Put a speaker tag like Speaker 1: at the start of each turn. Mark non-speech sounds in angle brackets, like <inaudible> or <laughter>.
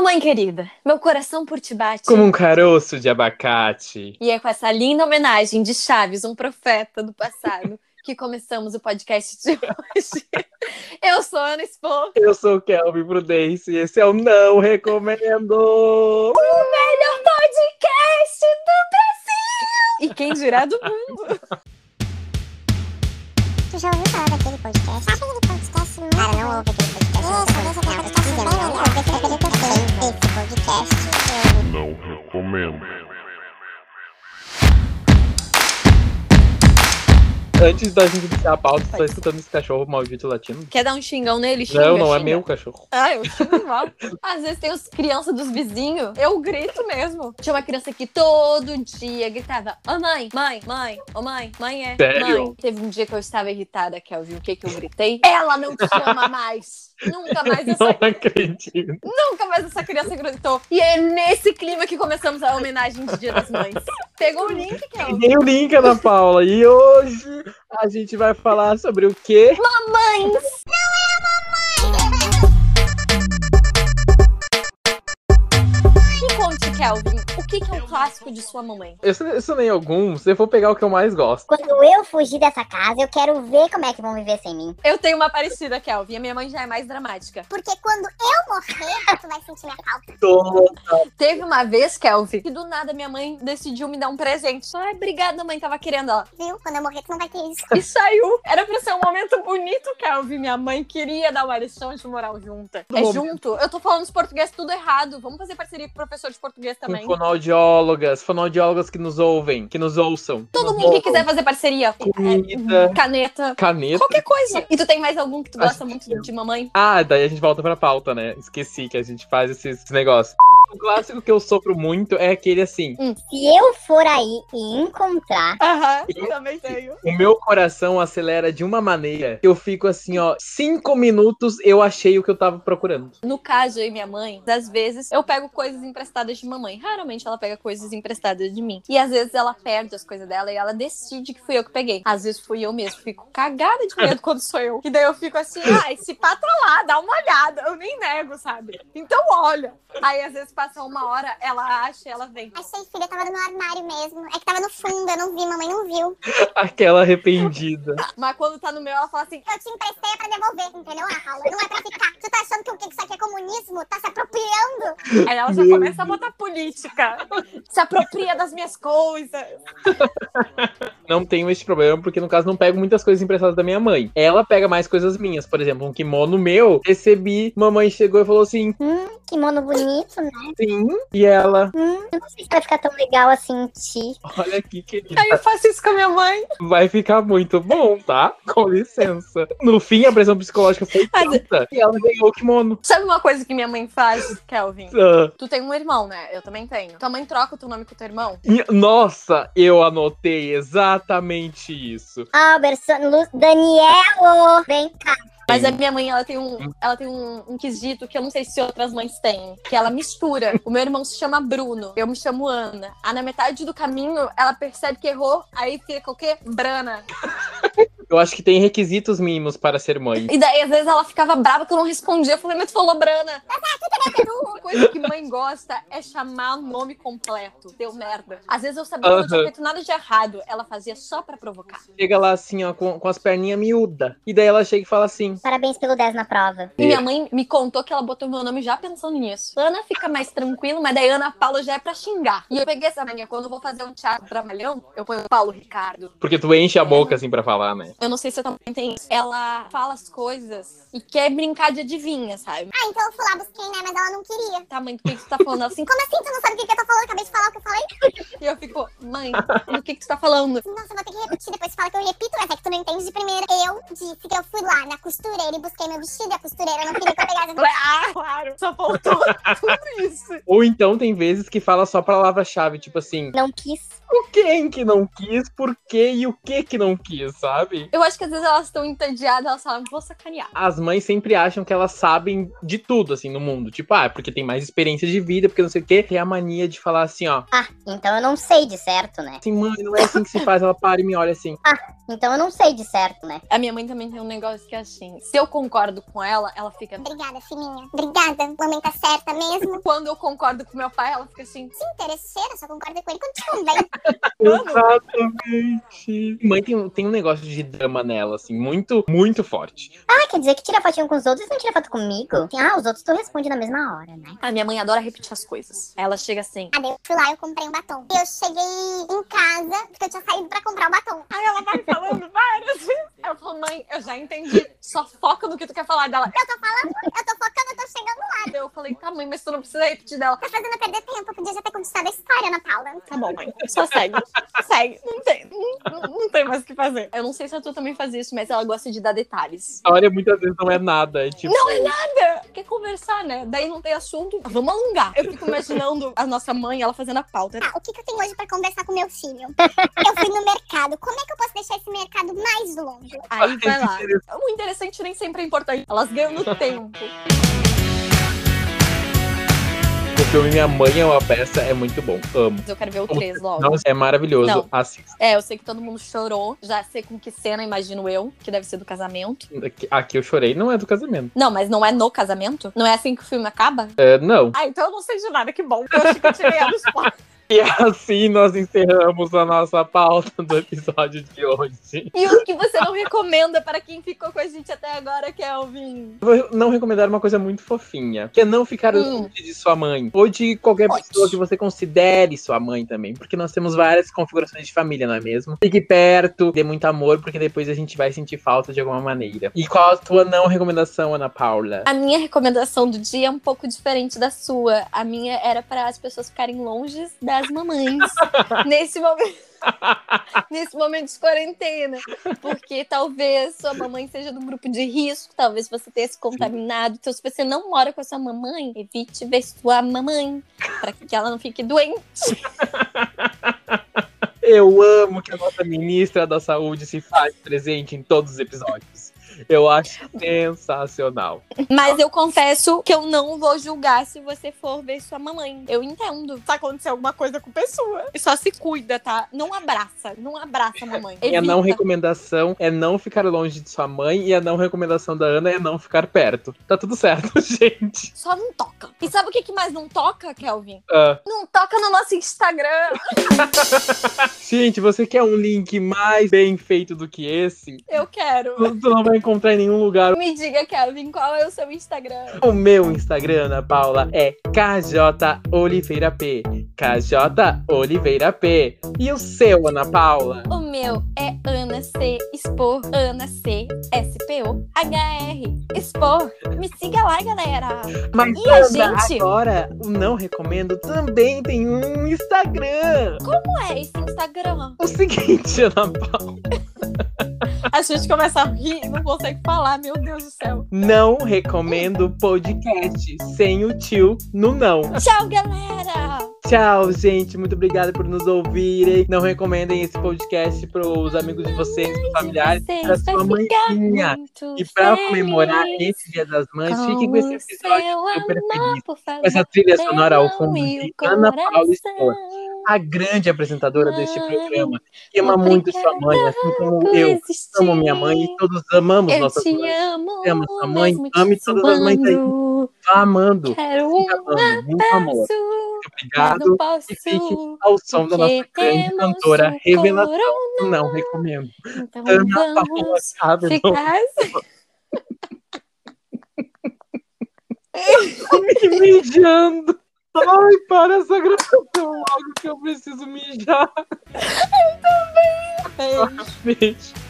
Speaker 1: mãe querida, meu coração por ti bate.
Speaker 2: Como um caroço de abacate.
Speaker 1: E é com essa linda homenagem de Chaves, um profeta do passado, que começamos o podcast de hoje. Eu sou Ana Spoh,
Speaker 2: Eu sou o Kelvin Prudence e esse é o Não Recomendo.
Speaker 1: podcast do Brasil! E quem dirá do mundo.
Speaker 3: Tu já ouviu falar daquele podcast? Aquele podcast muito Cara, não ouve aquele podcast. Esse, esse é um podcast bem melhor. Ouve aquele podcast. né? Esse podcast. Eu
Speaker 4: Não recomendo.
Speaker 2: Antes da gente iniciar a pauta, você tá escutando esse cachorro maldito latino?
Speaker 1: Quer dar um xingão nele? Xinga,
Speaker 2: Não, não é
Speaker 1: xinga.
Speaker 2: meu cachorro.
Speaker 1: Ah, eu xingo mal. Às vezes tem os crianças dos vizinhos, eu grito mesmo. Tinha uma criança que todo dia gritava: Ô mãe, mãe, mãe, ô mãe, mãe é.
Speaker 2: Sério?
Speaker 1: Mãe. Teve um dia que eu estava irritada, Kelvin. O que que eu gritei? Ela não te ama mais! Nunca mais essa
Speaker 2: Não acredito.
Speaker 1: Nunca mais essa criança gritou. E é nesse clima que começamos a homenagem de Dia das Mães. Pegou o link, Kel?
Speaker 2: Dei o link, Ana Paula. E hoje a gente vai falar sobre o quê?
Speaker 1: Mamães! Me conte, Kelvin, o que, que é um clássico de sua mamãe?
Speaker 2: Eu selecionei alguns, eu vou pegar o que eu mais gosto.
Speaker 3: Quando eu fugir dessa casa, eu quero ver como é que vão viver sem mim.
Speaker 1: Eu tenho uma parecida, Kelvin. A minha mãe já é mais dramática.
Speaker 3: Porque quando eu morrer, <laughs> tu vai sentir minha falta.
Speaker 1: Teve uma vez, Kelvin, que do nada minha mãe decidiu me dar um presente. Ai, obrigada, mãe. Tava querendo, ó.
Speaker 3: Viu? Quando eu morrer, tu não vai ter isso.
Speaker 1: E saiu. Era pra ser um momento bonito, Kelvin. Minha mãe queria dar uma lição de moral junta.
Speaker 2: Do
Speaker 1: É
Speaker 2: momento.
Speaker 1: junto? Eu tô falando os português tudo errado. Vamos fazer parceria com o professor de português também.
Speaker 2: Com fonoaudiólogas, fonoaudiólogas que nos ouvem, que nos ouçam.
Speaker 1: Todo
Speaker 2: Nos
Speaker 1: mundo que
Speaker 2: ouçam.
Speaker 1: quiser uhum. fazer parceria. É,
Speaker 2: Comida.
Speaker 1: Caneta.
Speaker 2: Caneta.
Speaker 1: Qualquer coisa. E tu tem mais algum que tu gosta
Speaker 2: Acho
Speaker 1: muito
Speaker 2: que não.
Speaker 1: de mamãe?
Speaker 2: Ah, daí a gente volta pra pauta, né? Esqueci que a gente faz esses, esses negócios. O clássico que eu sofro muito é aquele assim:
Speaker 3: Se eu for aí e encontrar,
Speaker 1: Aham,
Speaker 2: Eu-
Speaker 1: também tenho.
Speaker 2: o meu coração acelera de uma maneira que eu fico assim, ó, cinco minutos eu achei o que eu tava procurando. <laughs>
Speaker 1: No caso, eu e minha mãe, às vezes eu pego coisas emprestadas de mamãe. Raramente ela pega coisas emprestadas de mim. E às vezes ela perde as coisas dela e ela decide que fui eu que peguei. Às vezes fui eu mesmo. Fico cagada de medo quando sou eu. E daí eu fico assim, ah, esse pá tá lá, dá uma olhada. Eu nem nego, sabe? Então olha. Aí às vezes passa uma hora, ela acha e ela vem.
Speaker 3: achei filha, tava no armário mesmo. É que tava no fundo, eu não vi, mamãe não viu.
Speaker 2: Aquela arrependida.
Speaker 1: Mas quando tá no meu, ela fala assim,
Speaker 3: Eu te emprestei é pra devolver, entendeu? A aula não é pra ficar. Tu tá achando que o que isso aqui é comunismo? Tá se apropriando?
Speaker 1: "É." Aí ela já
Speaker 2: Meu
Speaker 1: começa a botar política. Se apropria das minhas coisas.
Speaker 2: Não tenho esse problema, porque no caso não pego muitas coisas emprestadas da minha mãe. Ela pega mais coisas minhas. Por exemplo, um kimono meu, recebi, mamãe chegou e falou assim:
Speaker 3: Que mono bonito, né?
Speaker 2: sim. E ela,
Speaker 3: Não sei se vai ficar tão legal assim em ti.
Speaker 2: olha aqui, querida.
Speaker 1: Aí eu faço isso com a minha mãe.
Speaker 2: vai ficar muito bom, tá? Com licença. No fim, a pressão psicológica foi
Speaker 1: Mas- é
Speaker 2: tanta e ela ganhou o kimono.
Speaker 1: Sabe uma coisa que minha mãe faz, Kelvin?
Speaker 2: Ah,
Speaker 1: Tu tem um irmão, né? Eu também tenho. Tua mãe troca o teu nome com o teu irmão?
Speaker 2: e- Nossa, eu anotei exatamente isso.
Speaker 3: Alberson, Lu, Daniel, vem cá.
Speaker 1: Mas a minha mãe, ela tem um, ela tem um, um quesito que eu não sei se outras mães têm. Que ela mistura. O meu irmão se chama Bruno. Eu me chamo Ana. Ah, na metade do caminho, ela percebe que errou. Aí fica o quê? Brana.
Speaker 2: Eu acho que tem requisitos mínimos para ser mãe.
Speaker 1: E daí, às vezes, ela ficava brava que eu não respondia. Eu falei, mas tu falou Brana. <laughs> Uma coisa que mãe gosta é chamar o nome completo. Deu merda. Às vezes eu sabia que eu não tinha
Speaker 2: Aham.
Speaker 1: feito nada de errado. Ela fazia só pra provocar.
Speaker 2: Chega lá assim, ó, com, com as perninhas miúdas. E daí ela chega e fala assim:
Speaker 3: Parabéns pelo 10 na prova.
Speaker 1: E minha mãe me contou que ela botou meu nome já pensando nisso. Ana fica mais tranquilo, mas daí Ana Paula já é pra xingar. E eu peguei essa mania. Quando eu vou fazer um teatro trabalhão, eu ponho Paulo Ricardo.
Speaker 2: Porque tu enche a boca assim pra falar, né?
Speaker 1: Eu não sei se eu também tenho isso. Ela fala as coisas e quer brincar de adivinha, sabe?
Speaker 3: Ah, então eu fui lá, busquei, né? Mas ela não queria.
Speaker 1: Tá, mãe, do que, que tu tá falando assim? <laughs>
Speaker 3: Como assim? Tu não sabe o que, que eu tô falando? Acabei de falar o que eu falei.
Speaker 1: E eu fico, mãe, do que, que tu tá falando?
Speaker 3: Nossa, eu vou ter que repetir. Depois tu fala que eu repito, mas é que tu não entende de primeira. Eu disse que eu fui lá na costureira e busquei meu vestido. E a costureira não queria que eu pegasse.
Speaker 1: Ah, claro. Só faltou tudo isso.
Speaker 2: Ou então tem vezes que fala só palavra-chave, tipo assim,
Speaker 3: Não quis.
Speaker 2: o quem que não quis, por quê e o que que não quis, sabe?
Speaker 1: Eu acho que às vezes elas estão entediadas, elas falam, vou sacanear.
Speaker 2: as mães sempre acham que elas sabem de tudo, assim, no mundo. Tipo, ah, porque tem mais experiência de vida, porque não sei o quê. Tem a mania de falar falar assim, ó.
Speaker 5: Ah, então eu não sei de certo, né?
Speaker 2: Assim, mãe, não é assim que se faz. Ela para e me
Speaker 1: <laughs>
Speaker 2: olha assim.
Speaker 5: Então eu não sei de certo, né?
Speaker 1: A minha mãe também tem um negócio que é assim. Se eu concordo com ela, ela fica.
Speaker 3: Obrigada, filhinha. Obrigada. Mamãe tá certa mesmo.
Speaker 1: Quando eu concordo com meu pai, ela fica assim.
Speaker 3: Se interesseira, só concorda com ele quando um te convém.
Speaker 2: Exatamente. Mãe tem, tem um negócio de drama nela, assim, muito, muito forte.
Speaker 5: Ah, quer dizer que tira fotinho com os outros não tira foto comigo? Assim, Ah, os outros tu responde na mesma hora, né?
Speaker 1: A minha mãe adora repetir as coisas. Ela chega assim.
Speaker 3: Ah, daí eu fui lá eu comprei um batom. Eu cheguei em casa, porque eu tinha saído pra comprar o batom.
Speaker 1: Aí ela vai falando várias vezes. Eu falo, mãe, eu já entendi. Só foca no que tu quer falar dela.
Speaker 3: Eu tô falando, eu tô focando, eu tô chegando lá.
Speaker 1: Daí Eu falei, tá, mãe, mas tu não precisa repetir dela.
Speaker 3: Tá fazendo eu perder tempo. Eu podia já ter conquistado a história, Ana Paula.
Speaker 1: Tá bom, mãe. Só segue. segue. Não tem, não, não tem mais o que fazer. Eu não sei se a Tu também faz isso, mas ela gosta de dar detalhes.
Speaker 2: A história muitas vezes não é nada. É tipo,
Speaker 1: Não é nada! Quer conversar, né? Daí não tem assunto. Vamos alongar. Eu fico imaginando a nossa mãe, ela fazendo a pauta.
Speaker 3: Tá, o que, que eu tenho hoje pra conversar com meu filho? Eu fui no mercado. Como é que eu posso deixar esse mercado mais longe?
Speaker 1: Aí vai lá. O interessante nem sempre é importante. Elas ganham no tempo.
Speaker 2: o filme Minha Mãe é uma peça, é muito bom. Amo.
Speaker 1: Mas eu quero ver o 3 logo.
Speaker 2: Nossa, é maravilhoso.
Speaker 1: Não.
Speaker 2: Assista.
Speaker 1: É, eu sei que todo mundo chorou. Já sei com que cena, imagino eu, que deve ser do casamento.
Speaker 2: Aqui- Aqui eu chorei, não é do casamento.
Speaker 1: Não, mas não é no casamento? Não é assim que o filme acaba?
Speaker 2: É, não.
Speaker 1: Ah, então eu não sei de nada, que bom. Eu acho que eu tirei ela do esporte.
Speaker 2: E <laughs> assim nós encerramos a nossa pauta do episódio de hoje.
Speaker 1: <laughs> E o que você não recomenda para quem ficou com a gente até agora, Kelvin?
Speaker 2: Vou não recomendar uma coisa muito fofinha, que é não ficar
Speaker 1: Hum.
Speaker 2: longe de sua mãe. Ou de qualquer pessoa que você considere sua mãe também. Porque nós temos várias configurações de família, não é mesmo? Fique perto, dê muito amor, porque depois a gente vai sentir falta de alguma maneira. E qual a tua não recomendação, Ana Paula?
Speaker 1: A minha recomendação do dia é um pouco diferente da sua. A minha era para as pessoas ficarem longe das mamães. Nesse momento. <laughs> Nesse momento de quarentena. Porque talvez sua mamãe seja do grupo de risco, talvez você tenha se contaminado. Então, se você não mora com a sua mamãe, evite ver sua mamãe. Para que ela não fique doente.
Speaker 2: Eu amo que a nossa ministra da saúde se faz presente em todos os episódios. Eu acho sensacional.
Speaker 1: Mas eu confesso que eu não vou julgar se você for ver sua mamãe. Eu entendo. Se acontecer alguma coisa com pessoa. Só se cuida, tá? Não abraça. Não abraça a mamãe.
Speaker 2: E
Speaker 1: Evita.
Speaker 2: a não recomendação é não ficar longe de sua mãe. E a não recomendação da Ana é não ficar perto. Tá tudo certo, <laughs> gente.
Speaker 1: Só não toca. E sabe o que, que mais não toca, Kelvin?
Speaker 2: Ah,
Speaker 1: Não toca no nosso Instagram.
Speaker 2: gente, você quer um link mais bem feito do que esse?
Speaker 1: Eu quero.
Speaker 2: Tu tu não vai encontrar em nenhum lugar.
Speaker 1: Me diga, Kelvin, qual é o seu Instagram?
Speaker 2: O meu Instagram, Ana Paula, é KJ Oliveira P. KJ Oliveira P. E o seu, Ana Paula?
Speaker 1: O meu é Ana C. Expor. Ana C. S-P-O. H-R. Expor. Me siga lá, galera.
Speaker 2: Mas
Speaker 1: E a
Speaker 2: Ana,
Speaker 1: gente?
Speaker 2: agora, o não recomendo também tem um Instagram.
Speaker 1: Como é esse Instagram?
Speaker 2: O seguinte, Ana Paula,
Speaker 1: A gente começa a rir e não consegue falar, meu Deus do céu.
Speaker 2: não recomendo podcast sem o tio no não.
Speaker 1: Tchau, galera!
Speaker 2: Tchau, gente. Muito obrigado por nos ouvirem. Não recomendem esse podcast pros amigos de vocês, pros familiares, pra
Speaker 1: Vocês
Speaker 2: sua
Speaker 1: vai ficar
Speaker 2: mãezinha.
Speaker 1: muito
Speaker 2: E pra
Speaker 1: feliz
Speaker 2: comemorar esse Dia das Mães,
Speaker 1: com
Speaker 2: fiquem com esse
Speaker 1: o
Speaker 2: episódio
Speaker 1: seu
Speaker 2: super
Speaker 1: amor
Speaker 2: feliz.
Speaker 1: por
Speaker 2: Com essa trilha sonora ao
Speaker 1: favor,
Speaker 2: fundo
Speaker 1: e
Speaker 2: de
Speaker 1: o
Speaker 2: Ana Paula Spor,
Speaker 1: coração
Speaker 2: a grande apresentadora deste
Speaker 1: Mãe,
Speaker 2: programa. Que ama muito sua mãe, assim como
Speaker 1: por
Speaker 2: eu.
Speaker 1: existir.
Speaker 2: Amo minha mãe e todos amamos
Speaker 1: Eu
Speaker 2: nossas
Speaker 1: te
Speaker 2: mães.
Speaker 1: amo.
Speaker 2: Te amo, sua mãe.
Speaker 1: mesmo te
Speaker 2: Ame todas as mães aí.
Speaker 1: zoando.
Speaker 2: Tá amando.
Speaker 1: Quero um
Speaker 2: Fica amando. Muito amor.
Speaker 1: abraço,
Speaker 2: Muito
Speaker 1: mas não
Speaker 2: obrigado.
Speaker 1: posso.
Speaker 2: E fique ao som da nossa
Speaker 1: porque
Speaker 2: grande
Speaker 1: temos
Speaker 2: cantora
Speaker 1: um
Speaker 2: reveladora.
Speaker 1: corão,
Speaker 2: Não recomendo. Tá,
Speaker 1: Então
Speaker 2: Ana Paula
Speaker 1: vamos
Speaker 2: Chávez. não.
Speaker 1: ficar
Speaker 2: Ai, <laughs> mijando. Ai, para essa gravação logo que eu preciso mijar.
Speaker 1: bem.
Speaker 2: Beijo.